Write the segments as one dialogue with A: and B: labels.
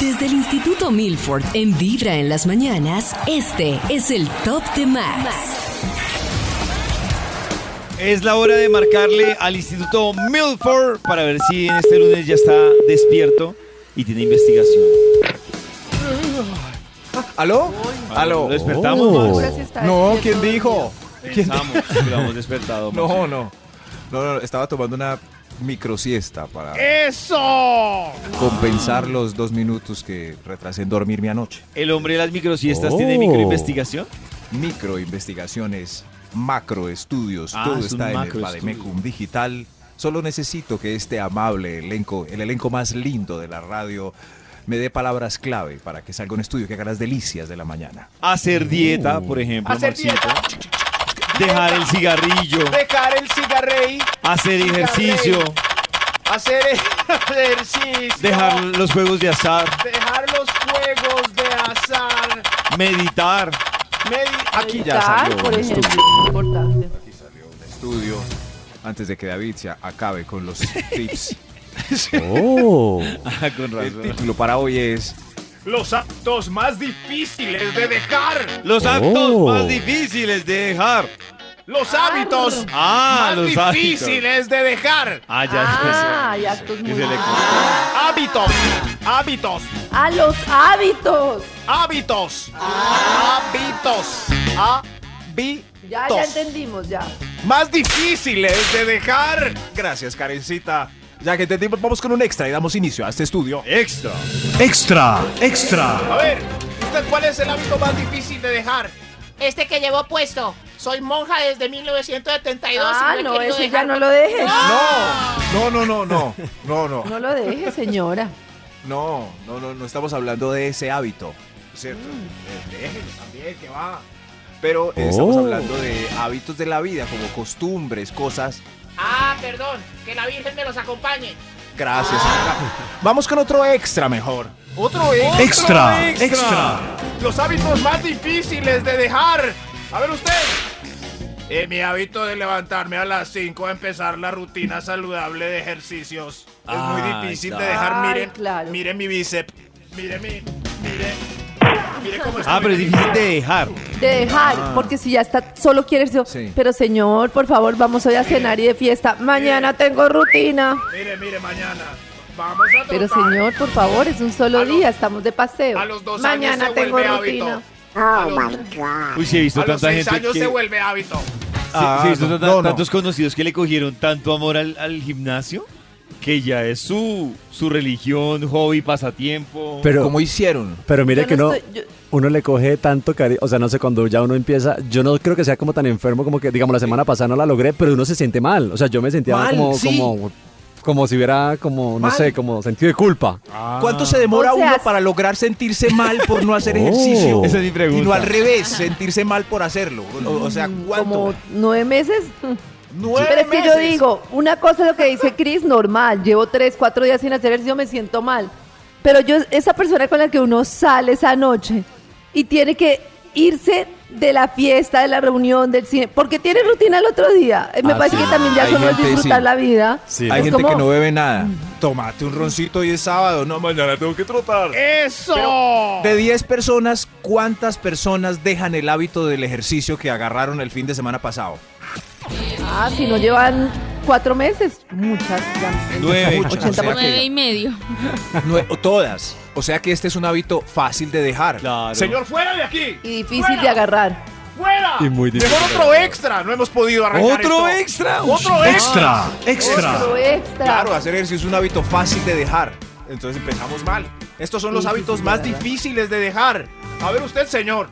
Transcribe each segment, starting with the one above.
A: Desde el Instituto Milford en Vibra en las mañanas, este es el Top de Max.
B: Es la hora de marcarle al Instituto Milford para ver si en este lunes ya está despierto y tiene investigación.
C: ¿Aló? ¿Aló?
B: ¿Lo despertamos? Max?
C: No, ¿quién dijo? ¿Quién
B: Pensamos que lo hemos despertado. Max.
C: No, no. No, no, estaba tomando una micro siesta para
D: ¡Eso!
C: compensar los dos minutos que retrasé en dormirme anoche.
B: El hombre de las microsiestas
E: Oh.
B: tiene microinvestigación.
C: Micro investigaciones, macro estudios,
B: Ah,
C: todo
B: es un
C: está en el
B: macro
C: Bademecum
B: estudio.
C: Digital. Solo necesito que este amable elenco, el elenco más lindo de la radio, me dé palabras clave para que salga un estudio que haga las delicias de la mañana.
B: Hacer dieta, por ejemplo,
D: Hacer
B: Maxito.
D: dieta.
B: Dejar el cigarrillo.
D: Dejar el cigarrey,
B: Hacer ejercicio.
D: hacer ejercicio,
B: Dejar los juegos de azar.
D: dejar los juegos de azar.
B: Meditar.
D: medi-
C: Aquí ya salió
F: por
C: un
F: ejemplo,
C: estudio.
F: importante.
C: Aquí salió un estudio antes de que David se acabe con los tips.
E: Oh.
B: Ah, Con
C: El
B: razón.
C: título para hoy es
D: Los actos más difíciles de dejar.
B: Los
E: Oh.
B: actos más difíciles de dejar.
D: Los hábitos
B: Ah,
D: más
B: los hábitos.
D: difíciles de dejar.
B: Ah, ya,
F: Ah,
B: ya sé.
F: hay actos muy.
B: Que se le-
D: Hábitos, hábitos,
F: ¡A los hábitos!
D: hábitos, hábitos, hábitos.
F: Ya, ya entendimos, ya.
D: Más difíciles de dejar.
C: Gracias, Karencita. Ya que entendimos, vamos con un extra y damos inicio a este estudio.
B: Extra.
G: Extra, extra,
D: A ver, ¿usted cuál es el hábito más difícil de dejar?
H: Este que llevó puesto. Soy monja desde 1972.
F: Ah,
H: y
F: no,
H: he querido
F: ese ya
H: dejarlo.
F: no lo dejes.
C: No, no, no, no, no, no, no,
F: No lo dejes, señora.
C: no, no, no, no estamos hablando de ese hábito, ¿cierto?
B: Mm.
C: Eh, déjelo también, que va. Pero eh, estamos
E: Oh.
C: hablando de hábitos de la vida, como costumbres, cosas.
H: Ah, perdón. Que la Virgen me los acompañe.
C: Gracias.
B: Ah.
C: Vamos con otro extra mejor.
D: Otro extra.
G: extra,
D: extra.
G: extra,
D: Los hábitos más difíciles de dejar. A ver usted. Eh, mi hábito de levantarme a las 5 a empezar la rutina saludable de ejercicios. Es
B: Ay,
D: muy difícil de
B: claro.
D: dejar.
F: Ay,
D: Miren,
F: claro.
D: miren mi bíceps. Miren mi. Mire. Mire cómo está.
B: Ah, pero es difícil de dejar.
F: De dejar,
D: Ah.
F: porque si ya está, solo quieres yo.
C: Sí.
F: Pero señor, por favor, vamos hoy a cenar y de fiesta. Mañana tengo rutina.
D: Mire, mire, mañana. Vamos a
F: Pero
D: trotar.
F: señor, por favor, es un solo
D: A los-
F: día, estamos de paseo.
D: A los dos
F: Mañana
D: años se
F: tengo
D: vuelve
F: rutina.
D: hábito. a los,
B: Uy, sí, he visto
D: a los
B: tanta
D: seis
B: gente.
D: años
B: que-
D: se vuelve hábito.
B: Sí, sí, estos
C: Ah, no,
B: tan-
C: no, no.
B: tantos conocidos que le cogieron tanto amor al, al gimnasio que ya es su, su religión, hobby, pasatiempo.
E: Pero,
C: ¿Cómo hicieron?
E: pero mire
F: Yo
E: que
F: no
E: no,
F: estoy- yo-
E: uno le coge tanto cariño. O sea, no sé, cuando ya uno empieza, yo no creo que sea como tan enfermo como que, digamos, la semana pasada no la logré, pero uno se siente mal. O sea, yo me sentía
C: Mal,
E: como,
C: sí.
E: como, como si hubiera, como, no
C: Mal.
E: sé, como sentido de culpa.
B: Ah.
C: ¿Cuánto se demora
F: O sea,
C: uno para lograr sentirse mal por no hacer
E: Oh.
C: ejercicio?
B: Esa es mi pregunta.
C: Y no al revés, sentirse mal por hacerlo. O, o sea,
F: Mm, Como
C: ¿cuánto?
F: nueve meses.
C: Nueve
F: Pero es que yo
C: meses.
F: digo, una cosa es lo que dice Chris, normal. Llevo tres, cuatro días sin hacer ejercicio, me siento mal. Pero yo, esa persona con la que uno sale esa noche y tiene que irse de la fiesta, de la reunión, del cine, porque tiene rutina el otro día. Eh, Me
E: Ah,
F: parece
E: sí.
F: que también ya
C: Hay
F: solo es
C: gente,
F: disfrutar
C: sí.
F: la vida.
E: Sí.
C: Hay
F: Es
C: gente que
F: como-
C: no bebe nada. Tomate un roncito y es sábado. No, mañana tengo que trotar.
D: ¡Eso!
C: De 10 personas, ¿cuántas personas dejan el hábito del ejercicio que agarraron el fin de semana pasado?
F: Ah, si no llevan cuatro meses, muchas. ya.
B: Nueve.
C: Muchas. O sea que-
I: Nueve y medio.
C: nue- o todas. O sea que este es un hábito fácil de dejar.
B: Claro.
D: Señor, fuera de aquí.
F: Y difícil de agarrar.
D: ¡Fuera!
E: Y muy difícil.
D: Mejor otro extra. No hemos podido arrancar
C: ¿Otro
D: esto.
C: extra?
D: ¡Otro
B: Ah,
D: extra!
G: extra, extra.
F: Otro extra.
C: Claro, hacer ejercicio es un hábito fácil de dejar. Entonces empezamos mal. Estos son los
F: Sí,
C: hábitos
F: sí,
C: más
F: la verdad.
C: difíciles de dejar.
D: A ver usted, señor.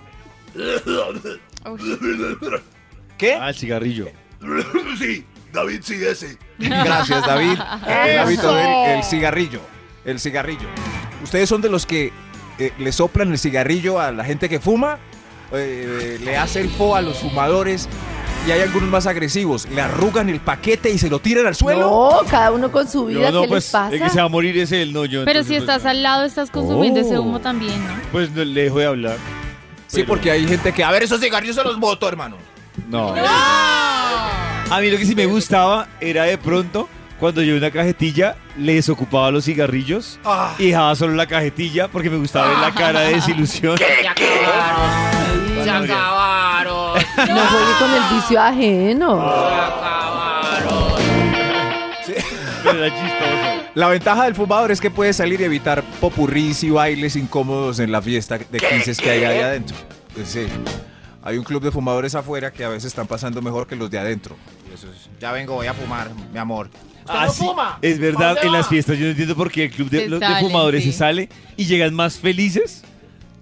C: ¿Qué?
B: Ah, el cigarrillo.
D: Sí, David, sí, ese.
C: Gracias, David. El
D: ¡Eso!
C: hábito del el cigarrillo. El cigarrillo. ¿Ustedes son de los que eh, le soplan el cigarrillo a la gente que fuma? eh, le hace el fo a los fumadores y hay algunos más agresivos. Le arrugan el paquete y se lo tiran al suelo.
F: No, cada uno con su vida,
B: Yo no,
F: ¿qué
B: pues
F: les pasa?
B: el que se va a morir es él, no yo.
I: Pero
B: entonces,
I: si
B: pues,
I: estás al lado, estás consumiendo ese humo también, ¿no?
B: Pues no, le dejo de hablar.
C: sí, porque hay gente que...
D: A ver, esos cigarrillos se los boto, hermano.
B: No. A mí lo que sí me gustaba era de pronto cuando yo una cajetilla le desocupaba los cigarrillos y dejaba solo la cajetilla porque me gustaba ver la cara de desilusión.
H: Se acabaron. Se
B: Gabriel.
H: acabaron.
F: No juegue con
C: ¡Ah!
F: el vicio ajeno.
H: Se acabaron.
B: Era chistoso.
C: La ventaja del fumador es que puede salir y evitar popurrís y bailes incómodos en la fiesta de 15 que hay ahí adentro. Eh, Sí. Hay un club de fumadores afuera que a veces están pasando mejor que los de adentro.
D: Eso es- Ya vengo, voy a fumar, mi amor.
H: Usted no fuma.
B: Ah, Es verdad,
H: ¿Dónde
B: en
H: va?
B: las fiestas yo no entiendo por qué el club de,
I: Se
B: los de
I: salen,
B: fumadores
I: sí.
B: se sale y llegan más felices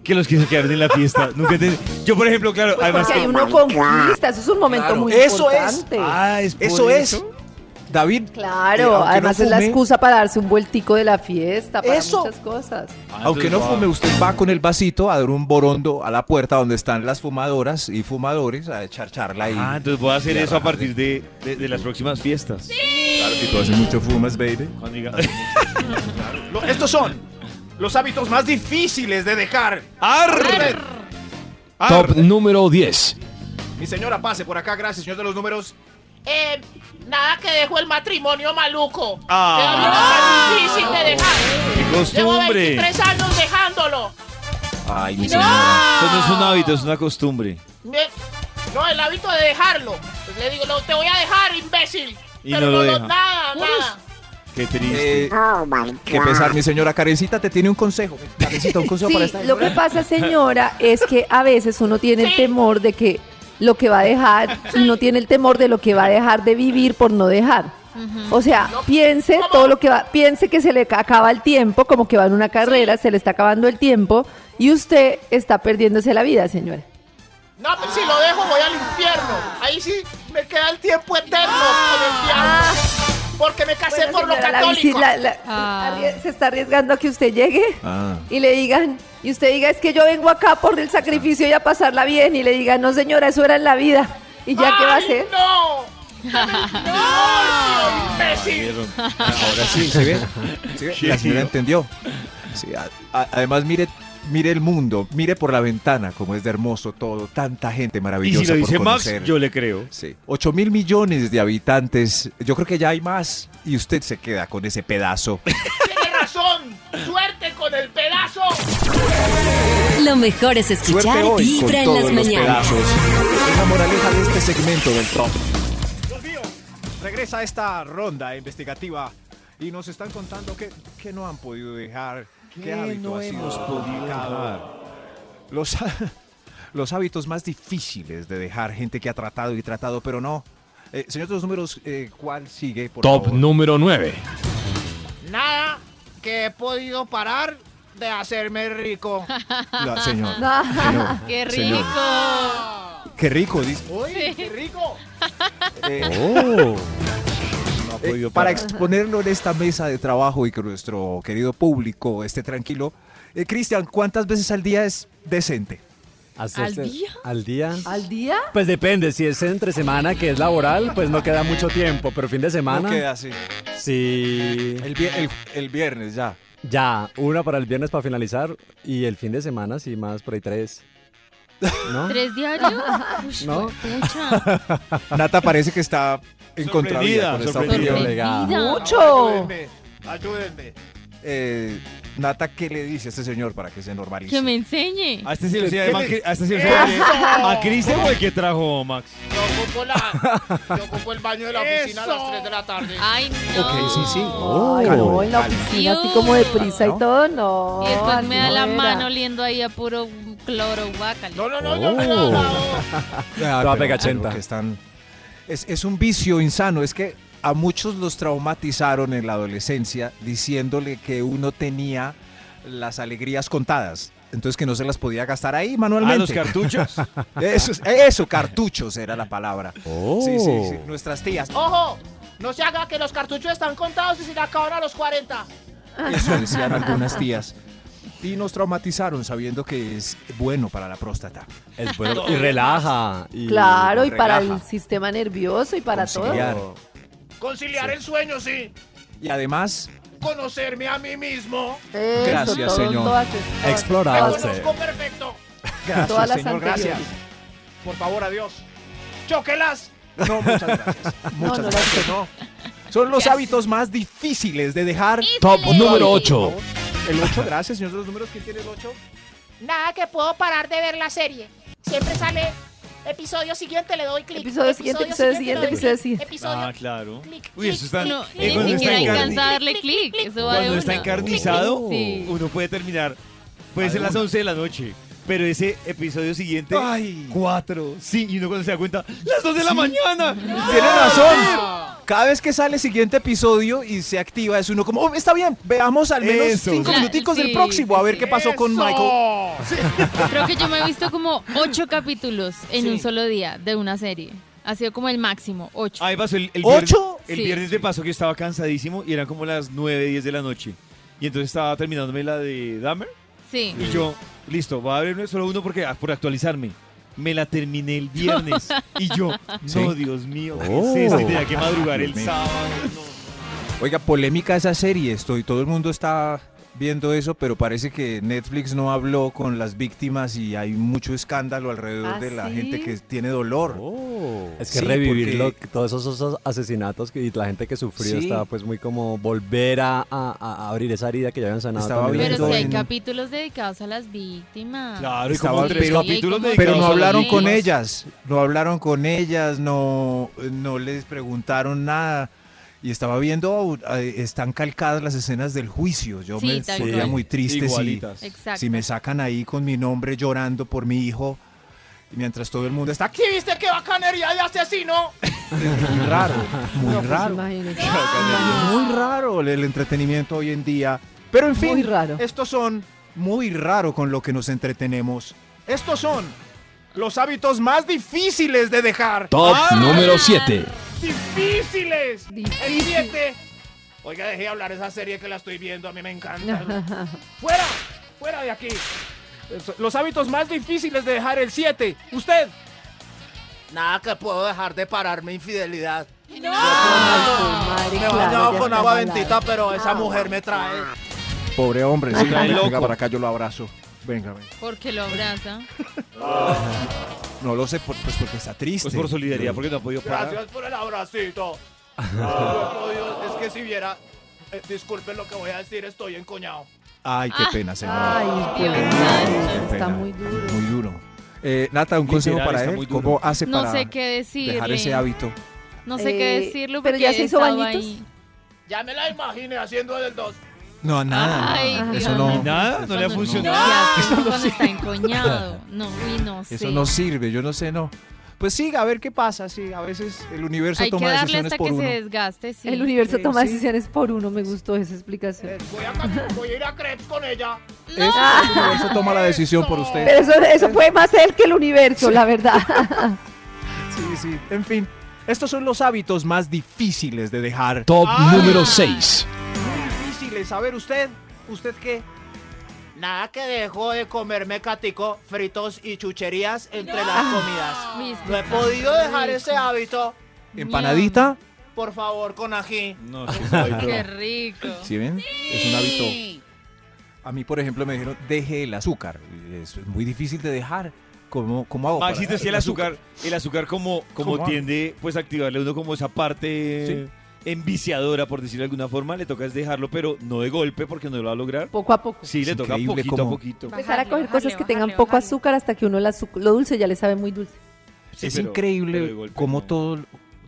B: que los que se quedaron en la fiesta. Nunca entendí. Yo, por ejemplo, claro,
F: Pues
B: además
F: porque hay
B: que-
F: uno conquista, eso es un momento
C: Claro,
F: muy
C: eso es.
F: importante.
B: Ah, es por
C: Eso es. David, Eh,
F: Claro,
C: aunque no
F: además es la
C: fume-
F: excusa para darse un vueltico de la fiesta, para
C: Eso.
F: muchas cosas.
B: Ah,
C: aunque no
B: entonces,
C: fume, usted va con el vasito a dar un borondo a la puerta donde están las fumadoras y fumadores a echar charla y,
B: Ah, entonces voy a hacer eso a partir de, de- de las próximas fiestas.
C: claro, que tú haces mucho fumas, baby.
B: Cuando diga-
D: Lo- estos son los hábitos más difíciles de dejar.
B: ¡Arr!
D: Arr.
J: Top número 10.
D: Mi señora, pase por acá, gracias, señor de los números.
H: Eh, nada que dejo el matrimonio maluco.
B: Ah.
H: Es lo más difícil de dejar.
B: ¡Qué
H: Llevo
B: costumbre!
H: 23 años dejándolo.
C: Ay, mi
H: No.
C: señora.
B: Eso no es un hábito, es una costumbre.
H: Me- no, el hábito de dejarlo. Pues le digo, no, te voy a dejar, imbécil.
B: Y
H: Pero
B: no lo
H: no,
B: deja.
H: nada, nada.
B: Qué triste.
C: Eh, qué pesar, mi señora. Karencita te tiene un consejo. Karencita, un consejo
F: Sí,
C: para esta
F: lo que pasa, señora, es que a veces uno tiene el
H: Sí.
F: temor de que lo que va a dejar, uno tiene el temor de lo que va a dejar de vivir por no dejar. O sea, piense
H: ¿Cómo?
F: todo lo que va, piense que se le ca- acaba el tiempo, como que va en una carrera, se le está acabando el tiempo y usted está perdiéndose la vida, señora.
H: No, pues si lo dejo voy al infierno. Ahí sí me queda el tiempo eterno con el diablo. Porque me casé
F: Ah. Bueno,
H: por lo
F: señora, la
H: católico.
F: bici- la- la-
I: Ah.
F: arrie- Se está arriesgando a que usted llegue
C: Ah.
F: y le digan, y usted diga, es que yo vengo acá por el sacrificio y a pasarla bien, y le digan, no señora, eso era en la vida, y ya qué va a
H: ¡Ay,
F: hacer.
H: ¡No! ¡No! ¡Imbécil!
C: Ahora sí, se ve. ¿Sí ve? La señora entendió. Sí, a- a- además, mire, mire el mundo, mire por la ventana cómo es de hermoso todo, tanta gente
B: y
C: maravillosa.
B: si lo dice
C: por
B: Max,
C: conocer.
B: yo le creo.
C: Sí. 8 mil millones de habitantes, yo creo que ya hay más, y usted se queda con ese pedazo.
H: ¡Tiene razón! ¡Suerte con el pedazo!
A: Lo mejor es
C: Suerte
A: escuchar
C: hoy con
A: Vibra en las
C: todos los
A: mañanas.
C: pedazos. Es la moraleja de este segmento del top.
D: Dios mío, regresa a esta ronda investigativa y nos están contando que, que no han podido dejar, qué hábito ha sido complicado.
C: Los, los hábitos más difíciles de dejar, gente que ha tratado y tratado, pero no. Eh, señor de los números, eh, ¿cuál sigue? Por
J: Top
C: favor?
J: número 9.
D: Nada que he podido parar de hacerme rico.
C: La- señor.
F: No.
C: señor,
I: Oh. ¡Qué rico!
C: señor. Qué rico, dice.
D: ¡Uy, qué rico!
C: Eh,
B: No ha
C: Eh,
B: podido
C: para
B: parar.
C: exponerlo en esta mesa de trabajo y que nuestro querido público esté tranquilo. Eh, Cristian, ¿cuántas veces al día es decente?
E: Hacerse-
I: ¿Al día?
E: ¿Al día?
F: ¿Al día?
E: Pues depende, si es entre semana, que es laboral, pues no queda mucho tiempo, pero fin de semana,
C: No queda así.
E: sí,
C: El, vie- el- el viernes ya.
E: ya, una para el viernes para finalizar y el fin de semana, sí, más por ahí tres. ¿No?
I: ¿Tres diarios? Ush,
E: No.
I: pucha.
C: Nata parece que está en
B: Sorprendida,
C: contravía con esta
B: sorprendida.
C: opinión.
E: Obligado.
I: Sorprendida.
F: ¡Mucho!
D: Ayúdenme, ayúdenme.
C: Eh, Nata, ¿qué le dice a este señor para que se normalice?
I: Que me enseñe.
B: A este sí lo decía de
D: ¿Qué
B: Man-
D: le-
B: a este sí lo decía de-
H: ¡Eso!
B: ¿A Cristian o el que trajo Max?
H: Yo ocupo, la, yo ocupo el baño de la oficina a
D: Eso.
H: las 3 de la tarde.
F: Ah.
I: Ay, no.
C: Ok, sí, sí.
F: Ay,
C: Calma,
F: no, en la
C: calma.
F: oficina, así como deprisa y
C: ¿No?
F: todo, no.
I: Y después
F: así
I: me da
F: no
I: la
F: era.
I: mano oliendo ahí a puro cloro guácala.
H: No, no, no, yo no, no, no.
C: Ah,
E: Toda
C: pero-
E: pegachenta.
C: pero que están- es, es un vicio insano, es que a muchos los traumatizaron en la adolescencia diciéndole que uno tenía las alegrías contadas, entonces que no se las podía gastar ahí
B: ¿A los
C: manualmente.
B: cartuchos?
C: eso, eso, cartuchos era la palabra. Sí, sí,
B: Oh.
C: sí, nuestras tías.
H: ¡Ojo! No se haga que los cartuchos están contados y se le acaban a los 40.
C: Eso decían algunas tías. y nos traumatizaron sabiendo que es bueno para la próstata.
E: Es bueno. Y relaja. y-
F: Claro, y para
C: relaja.
F: el sistema nervioso y para
C: Conciliar.
F: todo.
D: Conciliar el sueño, sí.
C: Y además,
D: Conocerme a mí mismo.
F: Eso,
C: Gracias,
F: todo-
C: señor.
F: todas estas-
D: Me
E: Explorarse.
F: todas-
D: conozco perfecto.
F: Todas
C: gracias,
F: las
C: señor,
F: anteriores.
C: gracias.
D: Por favor, adiós. Chóquelas.
C: No, muchas gracias. Muchas
F: no las
C: gracias. No. Son los hábitos más difíciles de dejar.
I: Top número
C: ocho. El 8, gracias, señor de los números. ¿Quién tiene el 8?
H: Nada que puedo parar de ver la serie. Siempre sale episodio siguiente, le doy clic.
F: Episodio siguiente, episodio siguiente, episodio siguiente.
B: Ah,
H: Episodio.
B: claro.
H: clic,
B: Uy, eso está.
I: No,
B: eh,
I: ni
B: cuando está
I: siquiera
B: encarni-
I: alcanza a darle clic. Eso va de
B: Cuando está
I: una.
B: encarnizado,
I: Sí.
B: uno puede terminar. Puede ser las 11 de la noche. Pero ese episodio siguiente,
C: Ay.
B: cuatro, sí, y uno cuando se da cuenta, ¡las 2 de la mañana!
C: Tiene razón. Cada vez que sale el siguiente episodio y se activa, es uno como, "Oh, está bien, veamos al menos
B: Eso.
C: cinco
I: Claro,
C: minuticos
I: sí,
C: del próximo a ver
I: sí,
C: qué pasó con
D: Eso.
C: Michael.
I: Creo que yo me he visto como ocho capítulos en un solo día de una serie. Ha sido como el máximo, ocho.
B: Ahí pasó el, el
C: ¿Ocho?
B: viernes. El
I: Sí.
B: viernes me pasó que estaba cansadísimo y eran como las 9, 10 de la noche. Y entonces estaba terminándome la de Dahmer.
I: Sí.
B: Y yo, listo, va a haber solo uno porque ah, por actualizarme. Me la terminé el viernes. y yo, no, Dios mío, ¿qué es
E: Oh.
B: esto? Y tenía que madrugar el
C: Dios mío.
B: sábado.
C: Oiga, polémica esa serie. Estoy, todo el mundo está viendo eso, pero parece que Netflix no habló con las víctimas y hay mucho escándalo alrededor
F: ¿Ah,
C: de la
F: sí?
C: gente que tiene dolor.
E: Es que
C: Sí,
E: revivir
C: porque-
E: lo- todos esos, esos asesinatos que, y la gente que sufrió
C: Sí.
E: estaba pues muy como volver a, a- a abrir esa herida que ya habían sanado.
C: Estaba
E: también.
I: Pero
C: viendo
I: si hay
C: en-
I: capítulos dedicados a las víctimas.
B: Claro, y
C: Estaba-
B: como tres
C: pero-
B: capítulos
I: pero
C: Pero no
I: Causa
C: hablaron
I: dolor.
C: con ellas, no hablaron con ellas, no, no les preguntaron nada. Y estaba viendo, eh, están calcadas las escenas del juicio. Yo
I: Sí,
C: me
I: tal
C: pondría
I: cual.
C: muy triste si,
B: Igualitas.
I: Exacto.
C: si me sacan ahí con mi nombre llorando por mi hijo. Y mientras todo el mundo está aquí,
H: ¿Sí viste qué bacanería de asesino?
C: muy raro, muy
F: No, pues
C: raro.
F: imagínese.
C: Muy raro el entretenimiento hoy en día. Pero en fin,
F: Muy raro.
C: estos son muy raro con lo que nos entretenemos. Estos son los hábitos más difíciles de dejar.
J: Top
D: Ah,
J: número 7.
D: Difíciles. El
F: Difícil.
D: 7. Oiga, dejé de hablar esa serie que la estoy viendo. A mí me encanta. ¡Fuera! ¡Fuera de aquí! Los hábitos más difíciles de dejar el 7. Usted.
H: Nada que puedo dejar de parar mi infidelidad.
F: Ay,
H: Me
F: comadre,
H: he
F: claro,
H: bañado
F: ya
H: con
F: está Ah.
H: agua
F: embalada.
H: bendita, pero esa mujer me trae.
C: Pobre hombre, sí,
B: Está
C: venga
B: loco.
C: para acá, yo lo abrazo. Venga, venga.
I: Porque lo abraza.
C: No lo sé, por- pues porque está triste.
B: Pues por solidaridad, porque no ha podido parar.
D: Gracias por el abracito. Oh, Dios, es que si viera. eh, disculpen lo que voy a decir, estoy encoñado.
C: Ay, qué pena, señor.
F: Ah, Ay, qué
I: Dios
F: pena.
C: Qué
F: Está
C: pena.
F: muy duro.
C: Muy duro. Eh, Nata, un
B: Literal,
C: consejo para
B: está muy
C: él.
B: duro.
C: ¿Cómo hace
I: No
C: para
I: sé qué eh. decirle.
C: dejar ese hábito?
I: No sé qué
F: Eh,
I: decirlo
F: ¿pero
I: porque
F: ya se hizo
I: estaba
F: bañitos?
I: ahí.
D: Ya me la imaginé haciendo del 2.
C: No, nada.
I: Ay,
C: nada.
I: Dios.
C: Eso no.
I: Ni
B: nada, no le ha
I: Cuando-
B: funcionado.
I: ¿Qué
C: Ah,
I: hace uno cuando está encoñado. No, uy, no sé.
C: Eso no sirve, yo no sé, no. Pues sí, a ver qué pasa, sí, a veces el universo
I: Hay que
C: toma
I: darle
C: decisiones
I: hasta
C: por
I: que
C: uno.
I: se desgaste, sí.
F: El universo
C: Sí,
F: toma
C: sí. Eh,
F: decisiones por uno, me gustó esa explicación.
D: Voy a, ca- voy a ir a Krebs con ella.
I: No.
C: Es- el Este universo toma la decisión por usted.
F: Pero eso, eso
C: eh,
F: fue más él que el universo, la verdad.
C: Sí, sí, en fin. Estos son los hábitos más difíciles de dejar.
J: Top número 6.
C: Muy difíciles, a ver usted, ¿usted qué?
H: Nada que dejo de comerme catico, fritos y chucherías entre las comidas.
I: Uy, es que
H: No he
I: está
H: podido dejar
I: Ah. rico.
H: ese hábito,
C: ¿Empanadita?
H: por favor, con ají.
B: No, sí, está bien.
I: Qué rico.
C: ¿Sí ven? Es un hábito. A mí, por ejemplo, me dijeron, deje el azúcar. Es muy difícil de dejar. ¿Cómo, cómo hago?
B: Maxi
C: para-
B: decía el azúcar, el azúcar como, como
C: ¿Cómo?
B: tiende pues a activarle a uno como esa parte enviciadora, por decirlo de alguna forma, le toca es dejarlo, pero no de golpe porque no lo va a lograr.
F: Poco a poco.
B: Sí, le
C: Es
B: toca
C: increíble
B: poquito a
C: cómo-
B: poquito.
F: Empezar a
I: Bajarle,
F: coger cosas
I: bajarle,
F: que tengan
I: bajarle,
F: poco
I: bajarle.
F: azúcar hasta que uno el azu- lo dulce ya le sabe muy dulce.
B: Sí, pero-
C: es
B: pero de
C: increíble
B: golpe
C: cómo
B: no.
C: todo,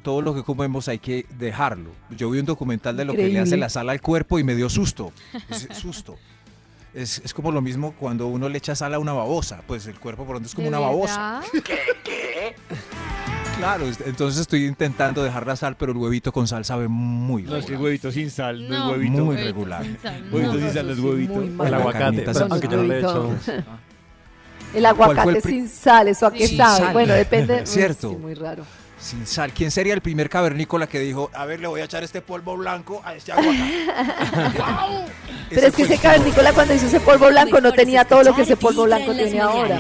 C: todo lo que comemos hay que dejarlo. Yo vi un documental de lo que le hace
F: Increíble.
C: la sal al cuerpo y me dio susto. Es- susto. Es, es como lo mismo cuando uno le echa sal a una babosa. Pues el cuerpo por donde es como
I: ¿De
C: una babosa.
I: verdad?
C: Claro, es- entonces estoy intentando dejar la sal, pero el huevito con sal sabe muy
B: No, es que el
C: regular.
B: huevito sin sal, no,
I: No.
B: es huevito.
C: Muy
I: Huevitos
C: regular.
I: sin sal,
B: Huevitos
I: no.
B: sin sal, no es huevito.
F: muy mal.
E: El aguacate,
C: carnita,
E: pero
C: sí.
E: aunque yo no le he hecho.
F: Huevito.
C: Ah. ¿Cuál
F: El
C: fue el
F: aguacate
C: pri-
F: sin sal, eso a qué
I: Sin
F: sabe.
C: sal.
F: Bueno, depende.
C: Cierto.
F: Sí, muy raro.
C: Sin sal. ¿Quién sería el primer cavernícola que dijo, a ver, le voy a echar este polvo blanco a este aguacate? ¡Guau!
F: Pero es
C: fue
F: que ese
C: el primer.
F: cavernícola cuando hizo ese polvo blanco no tenía todo lo que ese polvo blanco tiene ahora.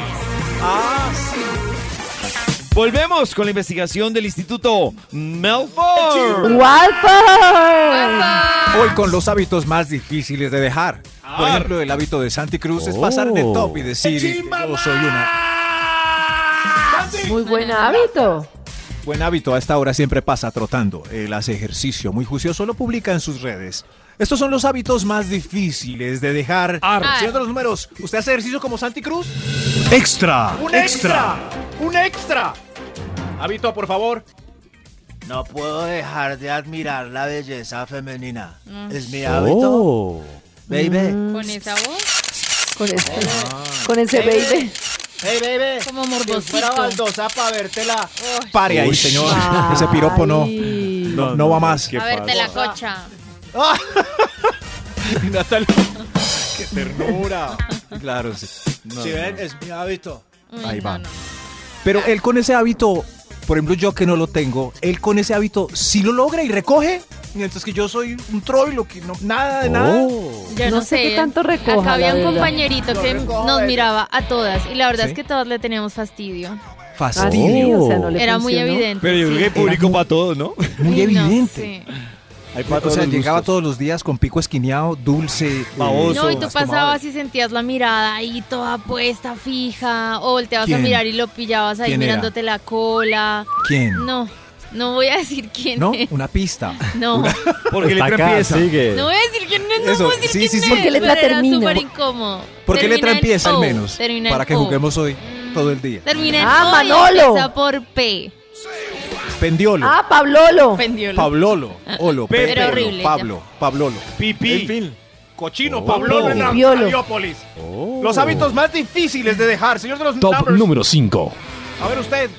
B: Volvemos con la investigación del Instituto Melford.
F: ¡Walford!
C: Hoy con los hábitos más difíciles de dejar. Por ejemplo, el hábito de Santi Cruz es pasar de top y decir, yo soy una.
F: Muy buen hábito.
C: Buen hábito, a esta hora siempre pasa trotando. Él hace ejercicio muy juicioso, lo publica en sus redes. Estos son los hábitos más difíciles de dejar. Señor de los números, ¿usted hace ejercicio como Santi Cruz?
J: Extra.
H: ¡Un extra!
J: Extra.
H: ¡Un extra!
C: Hábito, por favor. No puedo dejar de admirar la belleza femenina.
I: Mm.
C: Es mi
E: Oh.
C: Baby.
I: Con esa voz,
F: Con ese, con ese baby.
H: ¡Hey, baby!
I: como
H: Si fuera
I: morbosito.
H: baldosa para vértela.
C: Pare ahí,
B: Uy.
C: señor. Ese piropo no.
F: Ay.
C: No, no va más.
B: qué
I: A ver, te la
B: pasa.
I: cocha.
C: Natalia. ¡Qué ternura! Claro, sí. No,
H: Si
C: no,
H: ven,
C: no.
H: es mi hábito.
I: Uy,
C: Ahí
I: no,
C: va.
I: no.
C: Pero él con ese hábito, por ejemplo, yo que no lo tengo, él con ese hábito sí lo logra y recoge. Mientras que yo soy un troll, lo que no, nada de nada.
E: Oh.
I: Yo
F: No sé qué tanto recoja,
I: Acá había
F: la
I: un
F: verdad.
I: compañerito
H: Yo
I: que
H: recojo
I: nos
H: eso.
I: miraba a todas y la verdad
C: ¿Sí?
I: es que todas le teníamos fastidio.
F: Ah,
C: Fastidio.
F: sí, o sea, no le
I: Era muy
F: funcionó.
I: evidente.
B: Pero yo creo que hay
I: sí.
B: público para todo, ¿no?
C: Muy
I: Uy, no,
C: evidente.
I: sí.
B: Hay
C: O sea, llegaba todos los días con pico esquineado, dulce. eh,
B: Baboso.
I: No, y tú
C: has tomado.
I: pasabas y sentías la mirada ahí toda puesta, fija, o volteabas
C: ¿Quién?
I: a mirar y lo pillabas ahí
C: ¿Quién era?
I: mirándote la cola.
C: ¿Quién?
I: No, no voy a decir quién
C: ¿No?
I: es.
C: Una pista.
I: No, no
B: Porque le
E: Está acá,
B: empieza.
E: sigue.
I: voy a decir quién es, no
C: Eso,
I: voy a decir
C: sí,
I: quién
C: sí, sí.
I: es.
C: ¿Por
F: qué letra
I: pero era
F: termina?
I: súper incómodo.
C: ¿Por qué letra
I: Termina en
C: empieza al
I: O,
C: menos?
I: termina en
C: Para que
I: O.
C: juguemos hoy todo el día.
I: Termina en
F: Ah,
I: O y
F: Manolo.
I: empieza por P.
C: Pendiolo.
F: Ah, Pablolo.
I: Pendiolo.
C: Pablolo. Olo.
B: Pepe.
C: Pepe,
I: Era
C: Olo,
I: horrible, ya.
C: Pablo. Pablolo.
B: Pipí.
C: En fin.
D: Cochino,
E: Oh.
D: Pablo en la
F: Violo.
D: Heliópolis.
E: Oh.
D: Los hábitos más difíciles de dejar, señor de los
J: Top
D: numbers.
J: número 5.
D: A ver usted.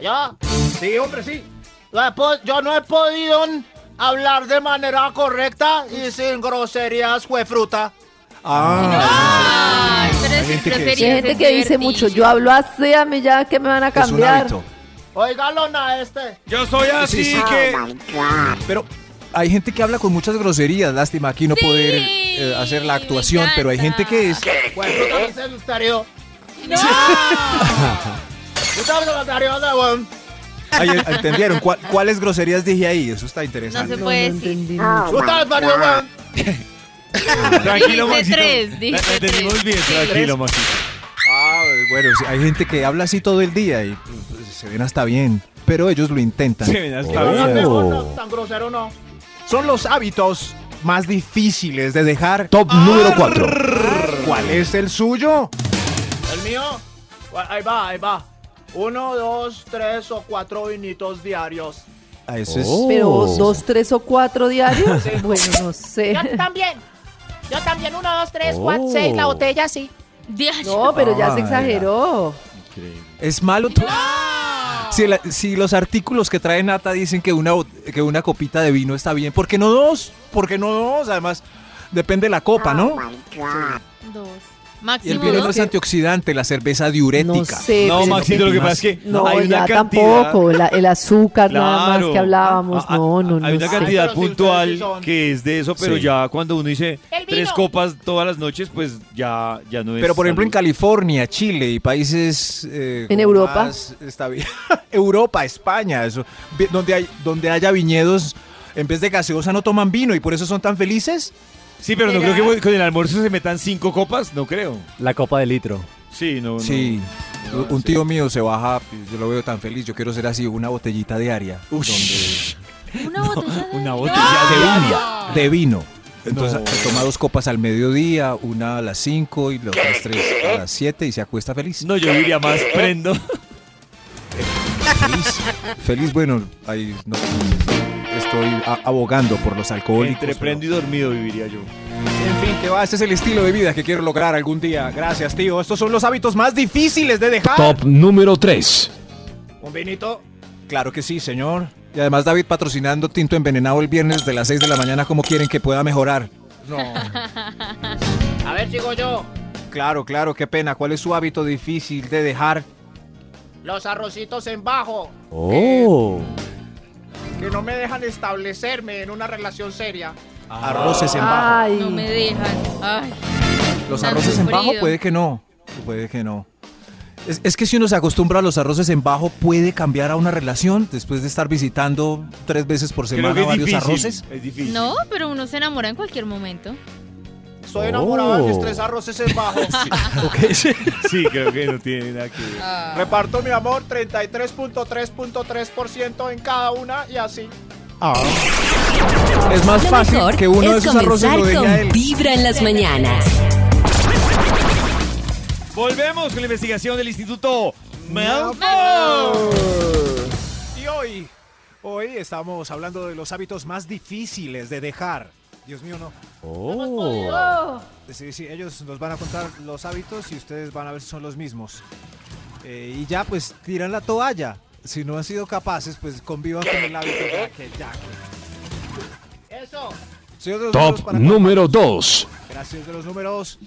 H: Yo,
D: Sí, hombre, sí.
H: no he po- yo no he podido hablar de manera correcta y sin groserías fue fruta.
C: Ah.
I: Ay, pero
C: Hay
I: es
C: gente que
I: grosería,
F: Y hay gente
I: es
F: que dice mucho, yo hablo así, a mí ya que me van a
C: Es un
F: cambiar.
C: hábito.
H: Oigalón a este.
B: Yo soy así que.
I: Oh,
C: Pero hay gente que habla con muchas groserías. Lástima aquí no
I: Sí,
C: poder eh, hacer la
I: me
C: actuación, pero hay gente que es.
H: Pues fruta no se gustaría.
I: ¡No!
H: Yo también me gustaría, ¿no, weón?
C: Ay, eh, ¿Entendieron? ¿Cuál- ¿Cuáles groserías dije ahí? Eso está
I: No
C: interesante.
I: se puede decir.
F: entendí.
E: Ah,
H: Yo también me gustaría, weón.
B: Tranquilo,
I: Dijiste
B: Maxito.
I: tres, dijiste
B: La- la entendimos
I: tres.
B: bien, tranquilo, Maxito.
C: Ah, bueno, sí, hay gente que habla así todo el día y pues, se ven hasta bien, pero ellos lo intentan.
B: Se ven hasta
E: Oh.
B: bien.
H: No, no, no,
E: Oh.
H: tan grosero no.
C: Son los hábitos más difíciles de dejar.
J: Top número 4.
C: ¿Cuál es el suyo?
H: El mío, ahí va, ahí va. Uno, dos, tres o cuatro vinitos diarios.
C: Ah, eso es-
E: Oh.
F: Pero dos, tres o cuatro diarios, eh, bueno, no sé.
K: Yo también. Yo también, uno, dos, tres,
E: Oh.
K: cuatro, seis, la botella, sí.
I: Dios.
F: No, pero ya
C: Ah,
F: se exageró.
C: Es malo. to- Si, la- si los artículos que trae Nata dicen que una, bot- que una copita de vino está bien, ¿por qué no dos? ¿Por qué no dos? Además, depende de la copa, ¿no?
F: Ah,
I: Dos.
C: Y el
I: Máximo
C: vino no
I: dos.
C: es antioxidante, la cerveza diurética.
F: No sé.
B: No,
F: pero-
B: Maxito, lo que pasa es que
F: No,
B: hay una
F: ya
B: cantidad.
F: tampoco. la- el azúcar nada más
B: Claro.
F: que hablábamos.
B: Ah, ah,
F: no, no, no.
B: Hay una
F: sé.
B: cantidad
H: pero si
B: puntual
H: ustedes sí son.
B: que es de eso, pero
C: Sí.
B: ya cuando uno dice
K: El vino.
B: tres copas todas las noches, pues ya, ya no es.
C: Pero por ejemplo en
B: salud.
C: California, Chile y países eh,
F: En
C: como
F: Europa.
C: más estabi- Europa, España, eso, vi- donde hay donde haya viñedos en vez de gaseosa no toman vino y por eso son tan felices.
B: Sí, pero no creo que con el almuerzo se metan cinco copas, no creo.
E: La copa de litro.
B: Sí, no. no.
C: sí.
B: no,
C: un
B: sí.
C: tío mío se baja, yo lo veo tan feliz, yo quiero ser así, una botellita diaria
B: Ush.
I: Una botella de
B: Una
I: vino.
B: botella de vino.
C: donde- de vino. Entonces
B: Ah. No.
C: se toma dos copas al mediodía, una a las cinco y las otras tres a las siete y se acuesta feliz.
B: No, yo diría más prendo.
C: Feliz, feliz, bueno, ahí no, estoy a- abogando por los alcohólicos.
B: Entre prendo y dormido viviría yo.
C: pero- En fin, que va, este es el estilo de vida que quiero lograr algún día. Gracias, tío. Estos son los hábitos más difíciles de dejar.
J: Top número 3.
D: Un vinito.
C: Claro que sí, señor. Y además David patrocinando Tinto Envenenado el viernes de las 6 de la mañana, como quieren que pueda mejorar? No.
H: A ver, sigo yo.
C: Claro, claro, qué pena. ¿Cuál es su hábito difícil de dejar?
H: Los arrocitos en bajo.
E: Oh.
H: Que no me dejan establecerme en una relación seria.
C: Arroces en bajo.
I: No me dejan. Ay.
C: Los
I: tan
C: arroces en bajo
I: sufrido.
C: puede que no. Puede que no. Es, es que si uno se acostumbra a los arroces en bajo, puede cambiar a una relación después de estar visitando tres veces por semana varios arroces.
B: Es difícil.
I: No, pero uno se enamora en cualquier momento.
H: Estoy enamorado de mis
C: Oh.
H: tres arroces en bajo.
B: Sí, creo que no tiene nada que
H: Ah.
B: ver.
H: Reparto mi amor 33.3.3% en cada una y así.
C: Es más
A: Lo
C: fácil
A: mejor
C: que uno de
A: es
C: esos arroces
A: comenzar
C: lo deje a
A: con
C: él.
A: Vibra en las mañanas.
B: Volvemos con la investigación del Instituto Melford.
C: Y hoy, hoy estamos hablando de los hábitos más difíciles de dejar. Dios mío, no.
J: Oh.
C: Sí, sí, ellos nos van a contar los hábitos y ustedes van a ver si son los mismos. Eh, y ya, pues, tiran la toalla. Si no han sido capaces, pues convivan con el hábito ya que ya que.
H: Eso.
C: Señor de los números,
J: Top
C: para-
J: número 2.
C: Gracias de los números.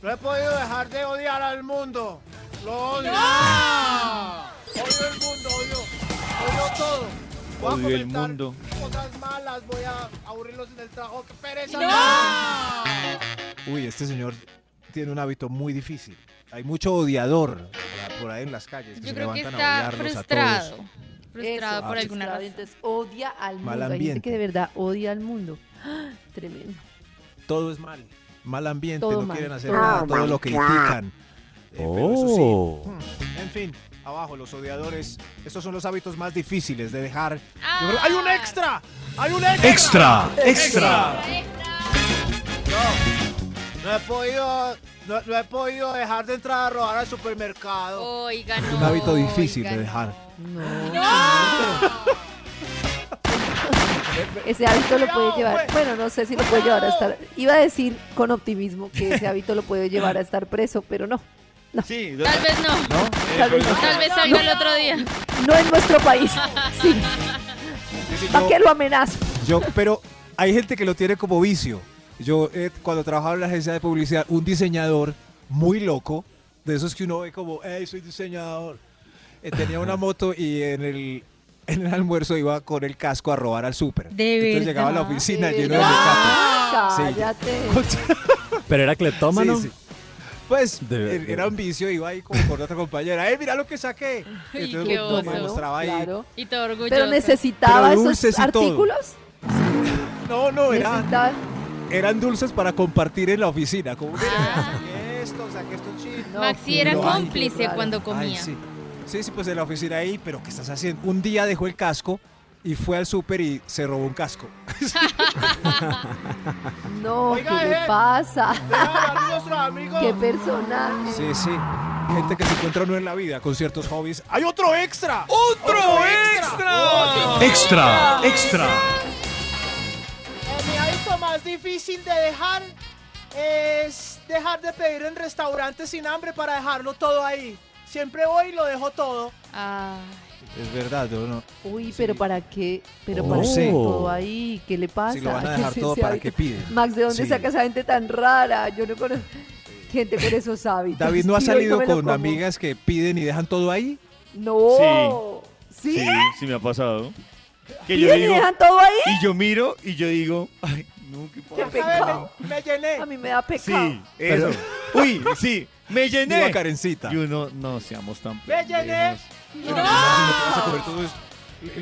H: No he podido dejar de odiar al mundo. Lo odio. Odio el mundo, odio. Odio todo. Voy a
B: Odio el
H: comentar
B: mundo.
H: Cosas malas, voy a aburrirlos en el trabajo. ¡Qué pereza!
C: Uy, este señor tiene un hábito muy difícil. Hay mucho odiador por- por ahí en las calles. Que
I: Yo
C: se
I: creo que
C: levantan a
I: está
C: odiarlos a todos. Ah,
I: frustrado. Frustrado
F: Eso,
I: por
F: frustrado,
I: alguna razón.
F: Entonces odia al mundo.
C: Mal
F: Hay gente
C: ambiente.
F: que de verdad odia al mundo. ¡Ah! Tremendo.
C: Todo es mal. Mal ambiente,
F: Todo
C: no
F: mal.
C: quieren hacer
F: Todo
C: nada,
F: mal.
C: todo lo critican. Eh,
E: Oh.
C: En fin, abajo los odiadores. Estos son los hábitos más difíciles de dejar.
I: Ah.
H: ¡Hay un extra! ¡Hay un extra!
J: Extra, extra.
H: No he podido, no, no he podido dejar de entrar a robar al supermercado.
I: Ah, Oiga,
C: Es un hábito difícil de dejar.
F: Ese hábito lo puede llevar. Bueno, no sé si lo puede llevar a estar. Iba a decir con optimismo que ese hábito lo puede llevar a estar preso, pero no.
B: Sí,
I: Tal vez no.
F: Tal vez, no.
I: pues, Tal vez salga el otro día.
F: No en nuestro país. Sí. ¿Para qué lo amenazo?
C: Yo, pero hay gente que lo tiene como vicio. Yo, eh, cuando trabajaba en la agencia de publicidad, un diseñador muy loco, de esos que uno ve como, hey, soy diseñador. eh, tenía una moto y en el, en el almuerzo iba con el casco a robar al súper.
I: De
C: Entonces
I: verdad.
C: llegaba a la oficina
F: De
C: lleno de
F: verdad.
C: mecato. Sí,
F: Cállate.
E: Pero era cleptómano.
C: Sí, sí. Pues
E: De
C: er-
E: verdad.
C: era un vicio, iba ahí como con otra compañera, ¡eh, mira lo que saqué!
I: Ay,
C: Entonces
I: qué
C: me-
I: oso.
C: me mostraba ahí.
F: Claro.
I: Y todo orgulloso.
F: Pero necesitaba
C: Pero dulces
F: esos
C: y todo.
F: artículos.
C: No, no, era,
F: Necesitaba.
C: eran dulces para compartir en la oficina. Como, mira,
I: Ah.
H: Saqué esto, saqué esto chino.
F: No,
I: Maxi era
C: no, ay,
I: cómplice
F: raro.
I: cuando comía.
C: Ay, sí. sí, sí, pues en la oficina ahí, pero ¿qué estás haciendo? Un día dejó el casco y fue al súper y se robó un casco.
F: No, ¿qué
H: Oiga,
F: le
H: eh.
F: pasa?
H: Deja de hablar de nuestros amigos.
F: ¿Qué personaje?
C: Sí, sí. Gente que se encuentra no en la vida con ciertos hobbies. ¡Hay otro extra!
B: ¡Otro extra!
J: Extra, extra.
H: Eh, mi hábito más difícil de dejar es dejar de pedir en restaurantes sin hambre para dejarlo todo ahí. Siempre voy y lo dejo todo.
I: Ah,
C: Es verdad, yo no.
F: Uy, pero ¿para qué? ¿Pero
C: Oh.
F: para
C: Sí.
F: qué todo ahí? ¿Qué le pasa?
C: Si lo van a
F: ¿Qué
C: dejar
F: es
C: todo,
F: ese
C: ¿para
F: hábito?
C: qué piden?
F: Max, ¿de dónde
C: Sí.
F: saca esa gente tan rara? Yo no conozco gente con esos hábitos.
C: David no ha
F: Sí, hoy
C: salido
F: me lo
C: con
F: como.
C: amigas que piden y dejan todo ahí.
F: No. ¿Sí?
B: Sí, sí me ha pasado. Que yo
F: ¿Piden y
B: digo,
F: dejan todo ahí?
B: y yo miro y yo digo, ay, no, qué
F: ¡Qué
B: pasa.
F: pecado!
H: Me llené.
F: A mí me da pecado.
B: Sí, eso. Uy, sí, me
C: Digo a
B: llené.
C: Karencita.
B: Y uno, no seamos tan
H: Me llené.
B: pendejos.
C: Pero imagínate, te vas a comer todos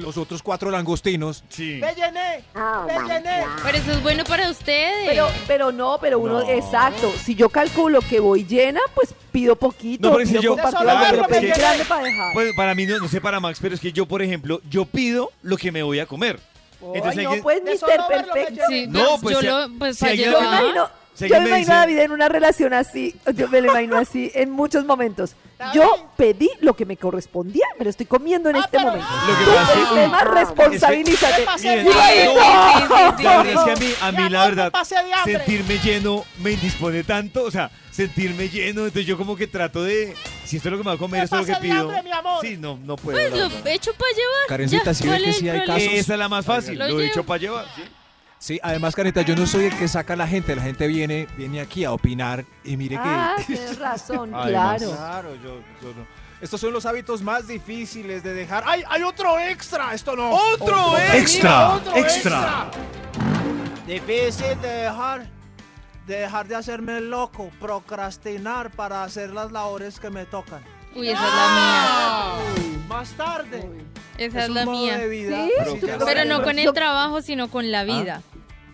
C: los otros cuatro langostinos.
B: Sí.
H: Me llené. Me llené.
I: pero eso es bueno para ustedes.
F: Pero, pero no, pero uno,
B: No.
F: exacto. Si yo calculo que voy llena, pues pido poquito.
B: No, pero si
F: pido
B: yo-
F: compartido,
H: Claro,
F: pero
H: pero
F: pedí
H: es que-
F: grande para dejar.
B: Pues para mí, no, no sé para Max, pero es que yo, por ejemplo, yo pido lo que me voy a comer.
F: Ay,
B: Entonces,
F: no,
B: alguien-
F: pues,
H: De
F: Mr.
H: solo verlo me
F: Perfecto.
I: Sí,
B: No,
I: pues,
B: pues,
I: yo
B: si-
I: lo pues
B: si
I: para
B: alguien-
F: Yo
B: Ajá.
F: me imagino,
B: Si
F: yo
B: alguien
F: me
B: me
F: imagino a
B: dice-
F: David en una relación así, yo me lo imagino así en muchos momentos. Yo pedí lo que me correspondía, me lo estoy comiendo en
H: Ah,
F: este
H: pero-
F: momento.
B: Lo que
F: Tú,
B: pasa es-
F: sistema,
H: ¿Qué
F: responsabilízate.
H: pasé
B: Miren,
H: de
B: no,
H: hambre?
I: Sí, sí, sí,
B: la verdad
I: sí.
B: es que a mí, a
H: Mi
B: mí la
H: amor, no
B: verdad,
H: pasé de hambre.
B: sentirme lleno me indispone tanto, o sea, sentirme lleno, entonces yo como que trato de, si esto es lo que me voy a comer,
H: Me
B: esto es lo que
H: pasé de
B: pido.
H: hambre, mi amor.
B: Sí, no, no puedo.
I: Pues
B: la
I: lo
B: verdad.
I: hecho para llevar.
C: Karencita,
I: ya,
C: si
I: ¿cuál
C: ve que
I: es el
C: sí hay
I: problema?
C: casos.
B: Esa es la más fácil,
I: Lo
B: lo, he
I: llevo.
B: hecho para llevar. ¿sí?
C: Sí, además, Carita, yo no soy el que saca a la gente. La gente viene, viene aquí a opinar y mire
F: Ah,
C: que.
F: tienes razón,
B: Además.
F: claro.
C: Claro, yo, yo no. Estos son los hábitos más difíciles de dejar.
H: ¡Ay, hay otro extra! Esto no.
C: ¡Otro
G: extra! ¡Extra!
H: Difícil de dejar. De dejar de hacerme loco, procrastinar para hacer las labores que me tocan.
I: Uy, esa es
F: Ah,
I: la mía.
H: Más tarde.
I: Esa
H: Es
I: es,
H: un
I: la
H: modo
I: mía.
H: de vida.
F: ¿Sí?
H: Pero-
I: Pero, no con el trabajo, sino con la vida.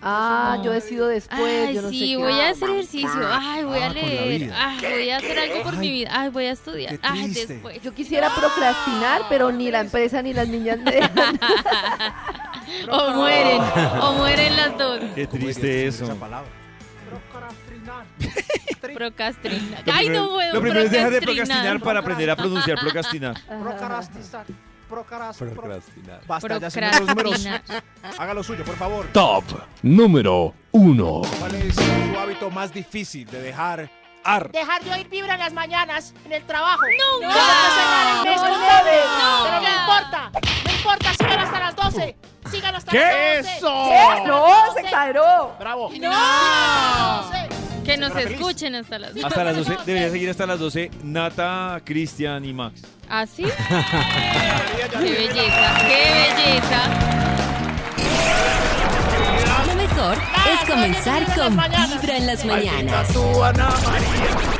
F: Ah,
I: No.
F: yo decido después.
I: Ay,
F: Pues, yo no
I: sí,
F: sé qué.
I: voy a hacer ejercicio. Ay, voy
F: Ah,
I: a
F: con la
I: leer.
F: vida.
I: Ay, voy a hacer algo por mi vida. Ay, voy a estudiar. Ay, después.
F: Yo quisiera procrastinar, pero ni la empresa ni las niñas me dejan.
I: O mueren, o mueren las dos.
B: Qué triste eso.
I: Procrastinar.
B: Lo
I: Ay,
B: primero-
I: no puedo.
B: Lo primero es dejar de procrastinar
I: procrastinar.
B: para aprender a pronunciar procrastinar.
H: Procrastizar. Procrast-
B: Procrastinar.
C: Basta ya señor, los números. Haga lo suyo, por favor.
J: Top número 1.
C: ¿Cuál es su hábito más difícil de dejar? Ar.
K: Dejar de oír vibra en las mañanas en el trabajo. ¡Nunca!
C: ¡No!
H: ¡Nunca!
K: Pero no importa. No importa. Sigan hasta las 12. Sigan hasta
H: ¿Qué?
K: las 12.
H: ¡Eso!
K: Sigan hasta
F: ¡No!
K: las 12.
F: ¡Se exageró!
H: ¡Bravo!
K: Sigan hasta las 12.
I: Que nos
B: Para feliz.
I: escuchen hasta las
B: Hasta las 12, debería seguir hasta las 12, Nata, Cristian y Max.
I: ¿Así? ¿Ah, ¡Qué belleza! ¡Qué belleza!
A: Lo mejor es comenzar con Vibra en las mañanas.
D: tú, Ana María.